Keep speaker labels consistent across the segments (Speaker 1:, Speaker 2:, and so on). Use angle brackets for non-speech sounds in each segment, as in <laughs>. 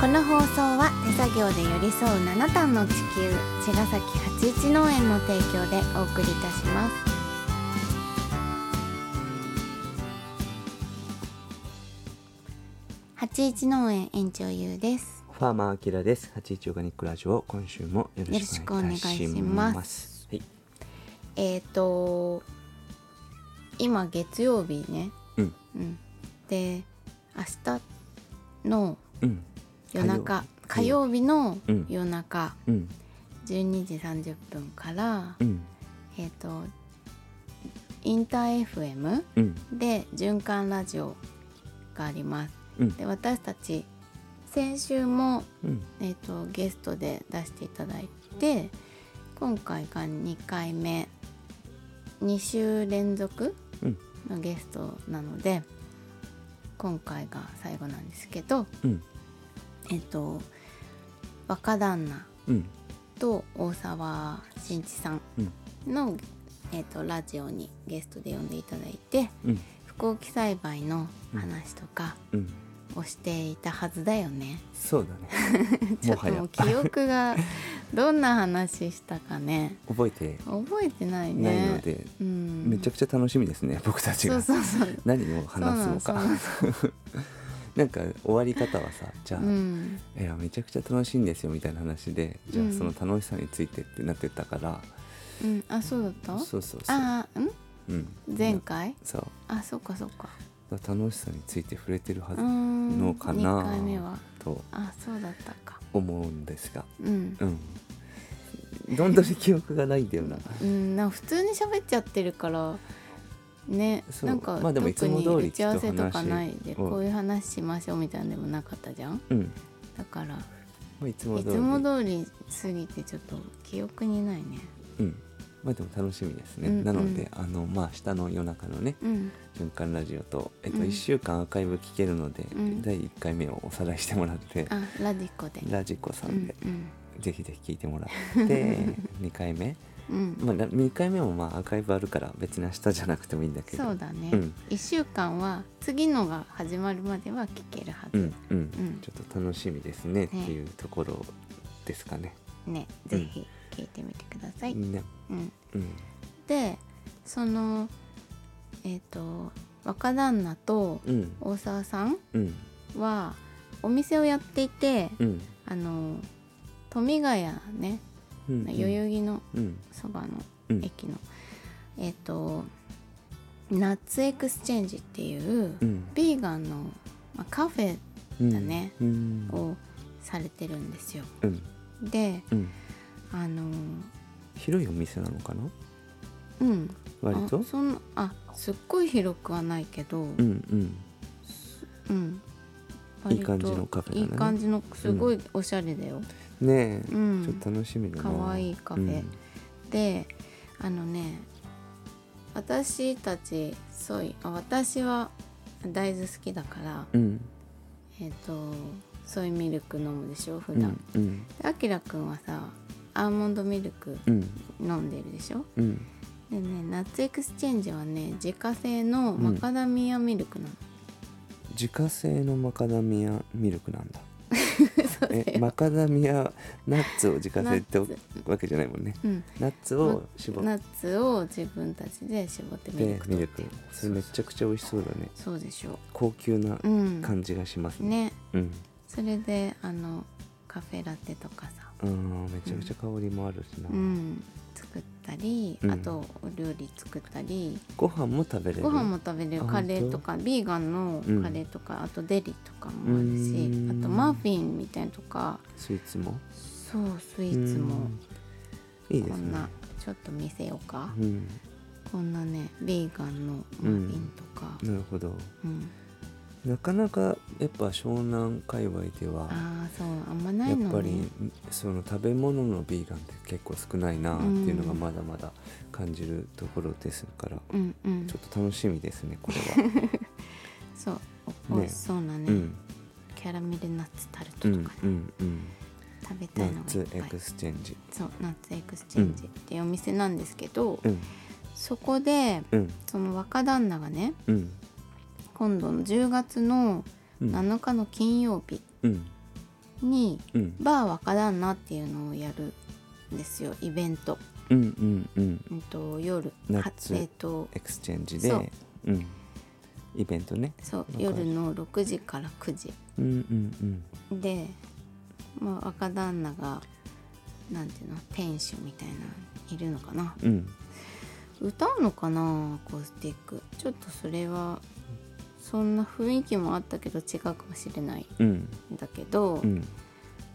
Speaker 1: この放送は手作業で寄り添う七段の地球茅ヶ崎八一農園の提供でお送りいたします八一農園園長ゆうです
Speaker 2: ファーマーアキラです。八一オーガニックラジオ、今週もよろしくお願いいたし
Speaker 1: よろしくお願い
Speaker 2: ま
Speaker 1: し
Speaker 2: す。
Speaker 1: ま
Speaker 2: はい、
Speaker 1: えっ、と今月曜日ね
Speaker 2: うん、
Speaker 1: うんで明日の
Speaker 2: うん、
Speaker 1: 夜中火
Speaker 2: 火
Speaker 1: 曜
Speaker 2: 曜
Speaker 1: 日の
Speaker 2: うん
Speaker 1: 夜中
Speaker 2: うん、
Speaker 1: 12時30分から、
Speaker 2: うん、
Speaker 1: えっ、とインター FM
Speaker 2: うん、
Speaker 1: で循環ラジオがあります。
Speaker 2: うん
Speaker 1: で私たち先週も、
Speaker 2: うん、
Speaker 1: えー、とゲストで出していただいて今回が2回目2週連続
Speaker 2: うん
Speaker 1: のゲストなので今回が最後なんですけど、
Speaker 2: うん、
Speaker 1: えっ、と若旦那
Speaker 2: うん、
Speaker 1: と大沢慎一さん
Speaker 2: うん
Speaker 1: の、えー、とラジオにゲストで呼んでいただいて
Speaker 2: うん、
Speaker 1: 不幸期栽培の話とか
Speaker 2: うん、
Speaker 1: をしていたはずだよね。
Speaker 2: そうだね。
Speaker 1: <laughs> ちょ
Speaker 2: も
Speaker 1: っ
Speaker 2: は
Speaker 1: とも
Speaker 2: や
Speaker 1: う記憶が <laughs> どんな話したかね
Speaker 2: 覚えて
Speaker 1: 覚えてないね。
Speaker 2: ないので、
Speaker 1: うん、
Speaker 2: めちゃくちゃ楽しみですね。僕たち
Speaker 1: そう
Speaker 2: が
Speaker 1: そう
Speaker 2: <laughs>
Speaker 1: そう。
Speaker 2: 何を話すの
Speaker 1: そう
Speaker 2: か
Speaker 1: なの。
Speaker 2: <laughs> なんか終わり方はさ、じゃあ
Speaker 1: う、ん、
Speaker 2: いやめちゃくちゃ楽しいんですよみたいな話で、じゃ
Speaker 1: う
Speaker 2: あ
Speaker 1: ん
Speaker 2: その楽しさについてってなってたから、
Speaker 1: うん、あそうだった
Speaker 2: そうそうそう、
Speaker 1: あーん
Speaker 2: うん、
Speaker 1: 前回
Speaker 2: そう。
Speaker 1: あそうかそうか。
Speaker 2: 楽しさについて触れてる
Speaker 1: う
Speaker 2: は
Speaker 1: ー
Speaker 2: ず
Speaker 1: ん
Speaker 2: のかな
Speaker 1: 2回目は
Speaker 2: と
Speaker 1: あそうだったか。
Speaker 2: 思うんですが、
Speaker 1: うん
Speaker 2: うん、どんどん記憶がないんだよな。
Speaker 1: うん、なんか普通に喋っちゃってるからね
Speaker 2: そう
Speaker 1: なんか
Speaker 2: まあでもいつ
Speaker 1: 特
Speaker 2: も
Speaker 1: に
Speaker 2: 通り
Speaker 1: 打ち合わせとかない
Speaker 2: き
Speaker 1: で
Speaker 2: っと話を
Speaker 1: こういう話しましょうみたいなのでもなかったじゃん
Speaker 2: うん、
Speaker 1: だから
Speaker 2: まあいつも
Speaker 1: い
Speaker 2: 通
Speaker 1: つ
Speaker 2: り、
Speaker 1: も通り過ぎてちょっと記憶にないね
Speaker 2: うん、まあでも楽しみですね。
Speaker 1: うんうん
Speaker 2: なのであのまあ明日の夜中のね
Speaker 1: うん
Speaker 2: 循環ラジオとえっ
Speaker 1: う
Speaker 2: と
Speaker 1: ん
Speaker 2: 一週間アーカイブ聞けるので、
Speaker 1: うん
Speaker 2: 第一回目をおさらいしてもらって、
Speaker 1: あラディコで
Speaker 2: ラジコさ
Speaker 1: うん
Speaker 2: で
Speaker 1: ん。うん
Speaker 2: ぜひぜひ聞いてもら
Speaker 1: <laughs>
Speaker 2: って2回目、
Speaker 1: うん
Speaker 2: まあ、2回目もまあアーカイブあるから別に明日じゃなくてもいいんだけど
Speaker 1: そうだね、
Speaker 2: うん
Speaker 1: 一週間は次のが始まるまでは聞けるは
Speaker 2: う
Speaker 1: ず、
Speaker 2: んうん
Speaker 1: うん
Speaker 2: ちょっと楽しみですねっていうところですかね。
Speaker 1: ねぜひ聞いてみてください、
Speaker 2: ね
Speaker 1: うん、
Speaker 2: うん
Speaker 1: でそのえっ、と若旦那と
Speaker 2: うん
Speaker 1: 大沢さん
Speaker 2: うん
Speaker 1: はお店をやっていて
Speaker 2: うん
Speaker 1: あの富ヶ谷ね
Speaker 2: うん
Speaker 1: 代々木の
Speaker 2: うん
Speaker 1: そばの
Speaker 2: うん
Speaker 1: 駅の、えっ、とナッツエクスチェンジっていう
Speaker 2: うん
Speaker 1: ヴィーガンの、まあ、カフェ
Speaker 2: うん
Speaker 1: だね
Speaker 2: うん
Speaker 1: をされてるんですよ。
Speaker 2: うん
Speaker 1: で
Speaker 2: うん
Speaker 1: あの
Speaker 2: 広いお店なのかな
Speaker 1: うん
Speaker 2: 割と
Speaker 1: あそんなあすっごい広くはないけど、
Speaker 2: うん
Speaker 1: うん
Speaker 2: いい感じのカフェだね
Speaker 1: いい感じのすごいおしゃれだよ、
Speaker 2: うんねえ、
Speaker 1: うん
Speaker 2: ちょっと楽しみだな
Speaker 1: 可愛いカフェであのね私たちそういあ私は大豆好きだから
Speaker 2: うんうん
Speaker 1: えっ、とソイミルク飲むでしょ普
Speaker 2: う
Speaker 1: 段
Speaker 2: んうん
Speaker 1: であきらくんはさアーモンドミルク
Speaker 2: うん
Speaker 1: 飲んでるでしょ
Speaker 2: うん
Speaker 1: でねナッツエクスチェンジはね自家製のマカダミアミルクなの、
Speaker 2: 自家製のマカダミアミルクなんだ
Speaker 1: <laughs> そうだよ
Speaker 2: えマカダミアナッツを自家製ってわけじゃないもんね
Speaker 1: うん
Speaker 2: ナッツを絞っ
Speaker 1: ナッツを自分たちで絞ってミル
Speaker 2: で
Speaker 1: ク
Speaker 2: ミ
Speaker 1: 取っ
Speaker 2: ルク
Speaker 1: て
Speaker 2: それめちゃくちゃ美味しそうだね
Speaker 1: そうでしょ
Speaker 2: 高級な
Speaker 1: ううん
Speaker 2: 感じがしますね
Speaker 1: ね
Speaker 2: うん
Speaker 1: それであのカフェラテとかさ
Speaker 2: うんめちゃくちゃ香りもあるしな、
Speaker 1: うん作ったり、
Speaker 2: うん
Speaker 1: あとお料理作ったり
Speaker 2: ご飯も食べれる
Speaker 1: ご飯も食べれる
Speaker 2: あ
Speaker 1: カレーとかビーガンの
Speaker 2: うん
Speaker 1: カレーとか、あとデリとかもあるし
Speaker 2: う
Speaker 1: あ
Speaker 2: ん
Speaker 1: とマフィンみたいなのとか
Speaker 2: スイーツも
Speaker 1: そうスイーツも
Speaker 2: うんいいで
Speaker 1: こ
Speaker 2: す
Speaker 1: ん
Speaker 2: ね
Speaker 1: なちょっと見せようか、
Speaker 2: うん
Speaker 1: こんなねビーガンのマフィンとか、
Speaker 2: なるほど
Speaker 1: うん
Speaker 2: なかなかやっぱ湘南界隈では
Speaker 1: ああそうあんまな
Speaker 2: や
Speaker 1: い
Speaker 2: っぱ
Speaker 1: のね
Speaker 2: りその食べ物のビーガンって結構少ないなっていうのが
Speaker 1: うん
Speaker 2: まだまだ感じるところですから、
Speaker 1: うんうん
Speaker 2: ちょっと楽しみですねこれ
Speaker 1: <laughs>
Speaker 2: は
Speaker 1: そう
Speaker 2: ね
Speaker 1: お美味しそうなね、
Speaker 2: うん
Speaker 1: キャラメルナッツタルト
Speaker 2: う
Speaker 1: とかね、
Speaker 2: んうんうん
Speaker 1: 食べた
Speaker 2: ナ
Speaker 1: いの
Speaker 2: ッ
Speaker 1: がい
Speaker 2: ツ
Speaker 1: っ
Speaker 2: エ
Speaker 1: ぱい
Speaker 2: クスチェンジ
Speaker 1: そうナッツエクスチェンジっていうお店なんですけど、
Speaker 2: うん
Speaker 1: そこで
Speaker 2: うん
Speaker 1: その若旦那がね
Speaker 2: うん
Speaker 1: 今度の10月の
Speaker 2: うん
Speaker 1: 7日の金曜日
Speaker 2: うん
Speaker 1: に
Speaker 2: うん
Speaker 1: バー若旦那っていうのをやるんですよイベント、
Speaker 2: うんうんうん
Speaker 1: うん、と夜は
Speaker 2: 夏
Speaker 1: えっと
Speaker 2: エクスチェンジで
Speaker 1: そう
Speaker 2: うんイベントね
Speaker 1: そう
Speaker 2: なんか
Speaker 1: 夜の6時から9時
Speaker 2: うんうん
Speaker 1: で、まあ、若旦那がなんていうの店主みたいないるのかな
Speaker 2: うんうん
Speaker 1: 歌うのかなアコースティックちょっとそれはそんな雰囲気もあったけど違うかもしれない
Speaker 2: うん
Speaker 1: んだけど、
Speaker 2: うん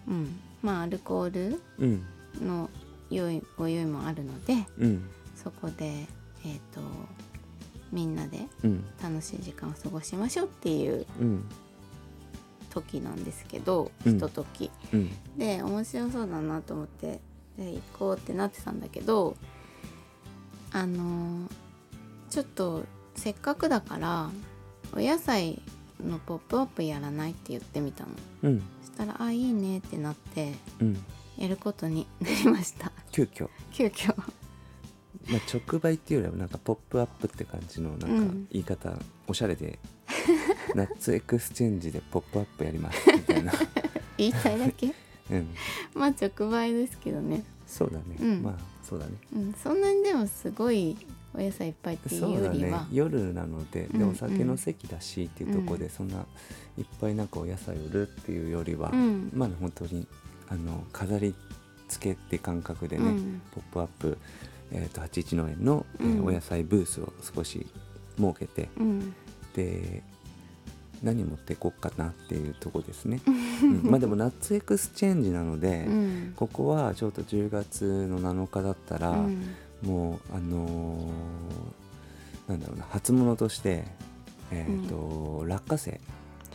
Speaker 1: うんまあアルコール
Speaker 2: うん
Speaker 1: の用意ご用意もあるので
Speaker 2: うん
Speaker 1: そこで、えっとみんなで
Speaker 2: うん
Speaker 1: 楽しい時間を過ごしましょうっていう
Speaker 2: うん
Speaker 1: 時なんですけど
Speaker 2: うん
Speaker 1: ひととき、
Speaker 2: うん
Speaker 1: で面白そうだなと思ってで行こうってなってたんだけどあのーちょっとせっかくだからお野菜のポップアップやらないって言ってみたの
Speaker 2: うん
Speaker 1: そしたら「あいいね」ってなって
Speaker 2: うん
Speaker 1: やることになりました
Speaker 2: 急遽
Speaker 1: 急遽
Speaker 2: まあ直売っていうよりはなんかポップアップって感じのな
Speaker 1: うん
Speaker 2: か
Speaker 1: ん
Speaker 2: 言い方おしゃ
Speaker 1: <laughs>
Speaker 2: れでナッツエクスチェンジでポップアップやりますみた
Speaker 1: <laughs>
Speaker 2: いな
Speaker 1: 言いたいだ
Speaker 2: <laughs>
Speaker 1: け
Speaker 2: うん
Speaker 1: まあ直売ですけどね、
Speaker 2: そうだね、
Speaker 1: うん
Speaker 2: まあそうだね
Speaker 1: うん、そんなにでもすごいお野菜いっぱいっていう
Speaker 2: そう
Speaker 1: よ
Speaker 2: だ
Speaker 1: り
Speaker 2: ね
Speaker 1: は
Speaker 2: 夜なので
Speaker 1: うん
Speaker 2: でお酒の席だしっていうところ
Speaker 1: う
Speaker 2: でそんないっぱいなんかお野菜売るっていうよりは、
Speaker 1: うん
Speaker 2: まあ本当にあの飾り付けって感覚でね、
Speaker 1: うん
Speaker 2: ポップアップ、えー、と八一農園の、えー
Speaker 1: うん
Speaker 2: お野菜ブースを少し設けて
Speaker 1: うん
Speaker 2: で何持ってこっかなっていうところ
Speaker 1: <laughs>
Speaker 2: ですね、うんまあでもナッツエクスチェンジなので、
Speaker 1: うん
Speaker 2: ここはちょっと10月の7日だったら、
Speaker 1: うん
Speaker 2: もうあのーなんだろうな初物として、えーと落花生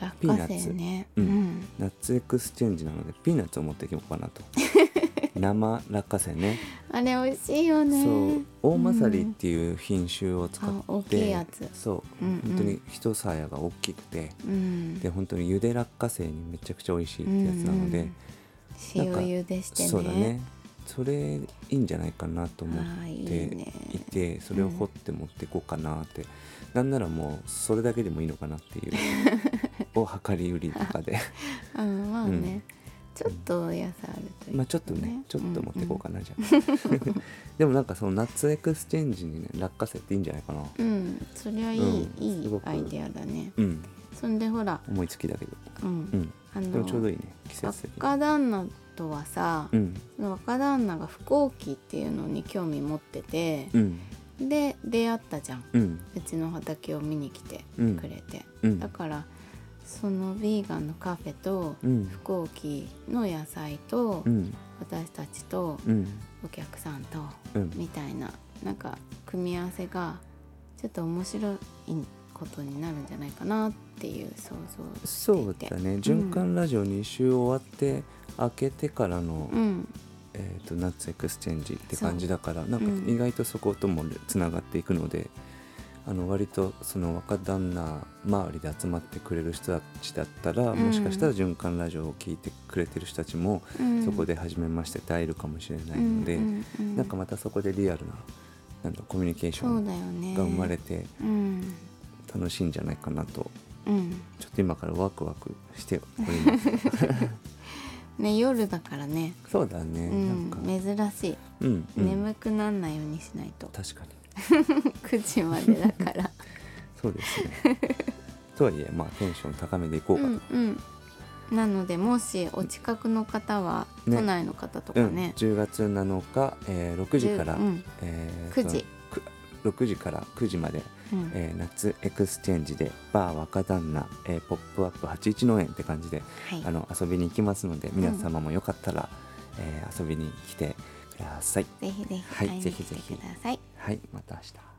Speaker 1: 落花生ね
Speaker 2: ピーナッツうん
Speaker 1: うん
Speaker 2: ナッツエクスチェンジなのでピーナッツを持っていこうか
Speaker 1: <laughs>
Speaker 2: なと生落花生ね
Speaker 1: あれ美味しいよね。
Speaker 2: そう大まさりっていう品種を使って、
Speaker 1: あ大きいやつ
Speaker 2: そう、
Speaker 1: うんうん
Speaker 2: 本当に一鞘が大きくて
Speaker 1: うん。
Speaker 2: で本当にゆで落花生にめちゃくちゃ美味しいってやつなので、
Speaker 1: うんうん
Speaker 2: なんか
Speaker 1: 塩ゆでしてね。
Speaker 2: そうだねそれいいんじゃないかなと思
Speaker 1: あ
Speaker 2: っ
Speaker 1: ーいい
Speaker 2: て
Speaker 1: ね
Speaker 2: いてそれを掘って持っていこうかなって、なんならもうそれだけでもいいのかなって <laughs> いうを量り売りとか <laughs> で
Speaker 1: うん、まあ
Speaker 2: うん
Speaker 1: ね。ちょっと野菜あるという。
Speaker 2: まあちょっとねちょっと持っていこうかな、じゃあ <laughs> でもなんかそのナッツエクスチェンジにね落花生っていいんじゃないかな
Speaker 1: うん。うん、そりゃいい、
Speaker 2: うん
Speaker 1: い
Speaker 2: す
Speaker 1: い
Speaker 2: ごく
Speaker 1: アイデアだね。
Speaker 2: うん
Speaker 1: そんでほら、
Speaker 2: 思いつきだけど
Speaker 1: うん、
Speaker 2: うん
Speaker 1: あ
Speaker 2: でもちょうど
Speaker 1: の
Speaker 2: いいね季節的に
Speaker 1: 若旦那とはさ、
Speaker 2: うん
Speaker 1: その若旦那が不幸期っていうのに興味持ってて
Speaker 2: う、ん
Speaker 1: で出会ったじゃん。
Speaker 2: うん
Speaker 1: うちの畑を見に来て
Speaker 2: うん
Speaker 1: くれて、
Speaker 2: うん
Speaker 1: だからそのヴィーガンのカフェと
Speaker 2: うん
Speaker 1: 飛行機の野菜と
Speaker 2: うん
Speaker 1: 私たちと
Speaker 2: うん
Speaker 1: お客さんと
Speaker 2: うん
Speaker 1: みたいななんか組み合わせがちょっと面白いことになるんじゃないかなっていう想像
Speaker 2: そうだね循環ラジオ2週終わって明けてからの
Speaker 1: うん
Speaker 2: えー、とナッツエクスチェンジって感じだからなんか
Speaker 1: うん
Speaker 2: 意外とそこともつながっていくので、あの割とその若旦那周りで集まってくれる人たちだったら、
Speaker 1: うん
Speaker 2: もしかしたら循環ラジオを聞いてくれてる人たちも、
Speaker 1: うん
Speaker 2: そこで初めましてと会えるかもしれないので、
Speaker 1: うんうう
Speaker 2: なんかまたそこでリアルななんだろうコミュニケーショ
Speaker 1: そう
Speaker 2: ン
Speaker 1: だ
Speaker 2: が
Speaker 1: よね
Speaker 2: 生まれて
Speaker 1: うん
Speaker 2: 楽しいんじゃないかなと
Speaker 1: うん
Speaker 2: ちょっと今からワクワクしております。
Speaker 1: <laughs> ね夜だからね、
Speaker 2: そうだね、
Speaker 1: うん
Speaker 2: なんか、
Speaker 1: 珍しい、
Speaker 2: うんうん
Speaker 1: 眠くなんないようにしないと <laughs>
Speaker 2: 確かに
Speaker 1: 9時までだ
Speaker 2: <laughs>
Speaker 1: から
Speaker 2: そうですね。とはいえ、まあ、テンション高めでいこうかと。
Speaker 1: うんうん、なのでもしお近くの方は、
Speaker 2: ね
Speaker 1: 都内の方と
Speaker 2: う
Speaker 1: か
Speaker 2: ん、
Speaker 1: ね、
Speaker 2: 10月7日、えー6時から、
Speaker 1: うん
Speaker 2: えー
Speaker 1: 9時
Speaker 2: とく6時から9時まで、
Speaker 1: うん
Speaker 2: えー夏エクスチェンジでバー若旦那、えーポップアップ81農園って感じで、
Speaker 1: はい
Speaker 2: あの遊びに行きますので皆様もよかったら、えー遊びに来てください。
Speaker 1: ぜひぜひ
Speaker 2: はい
Speaker 1: 会いに来てください
Speaker 2: はい、また明日。